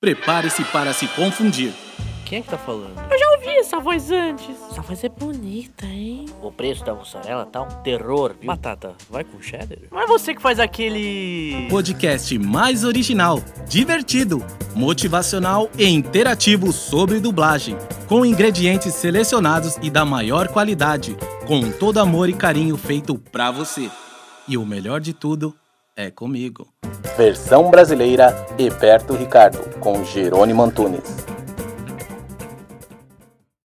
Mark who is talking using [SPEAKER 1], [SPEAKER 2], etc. [SPEAKER 1] Prepare-se para se confundir.
[SPEAKER 2] Quem é que tá falando?
[SPEAKER 3] Eu já ouvi essa voz antes. Essa voz é bonita, hein?
[SPEAKER 4] O preço da mussarela tá um terror, viu?
[SPEAKER 2] Batata, vai com cheddar?
[SPEAKER 5] Não é você que faz aquele.
[SPEAKER 1] Podcast mais original, divertido, motivacional e interativo sobre dublagem. Com ingredientes selecionados e da maior qualidade. Com todo amor e carinho feito pra você. E o melhor de tudo é comigo.
[SPEAKER 6] Versão brasileira Eberto Ricardo, com Jerônimo Antunes.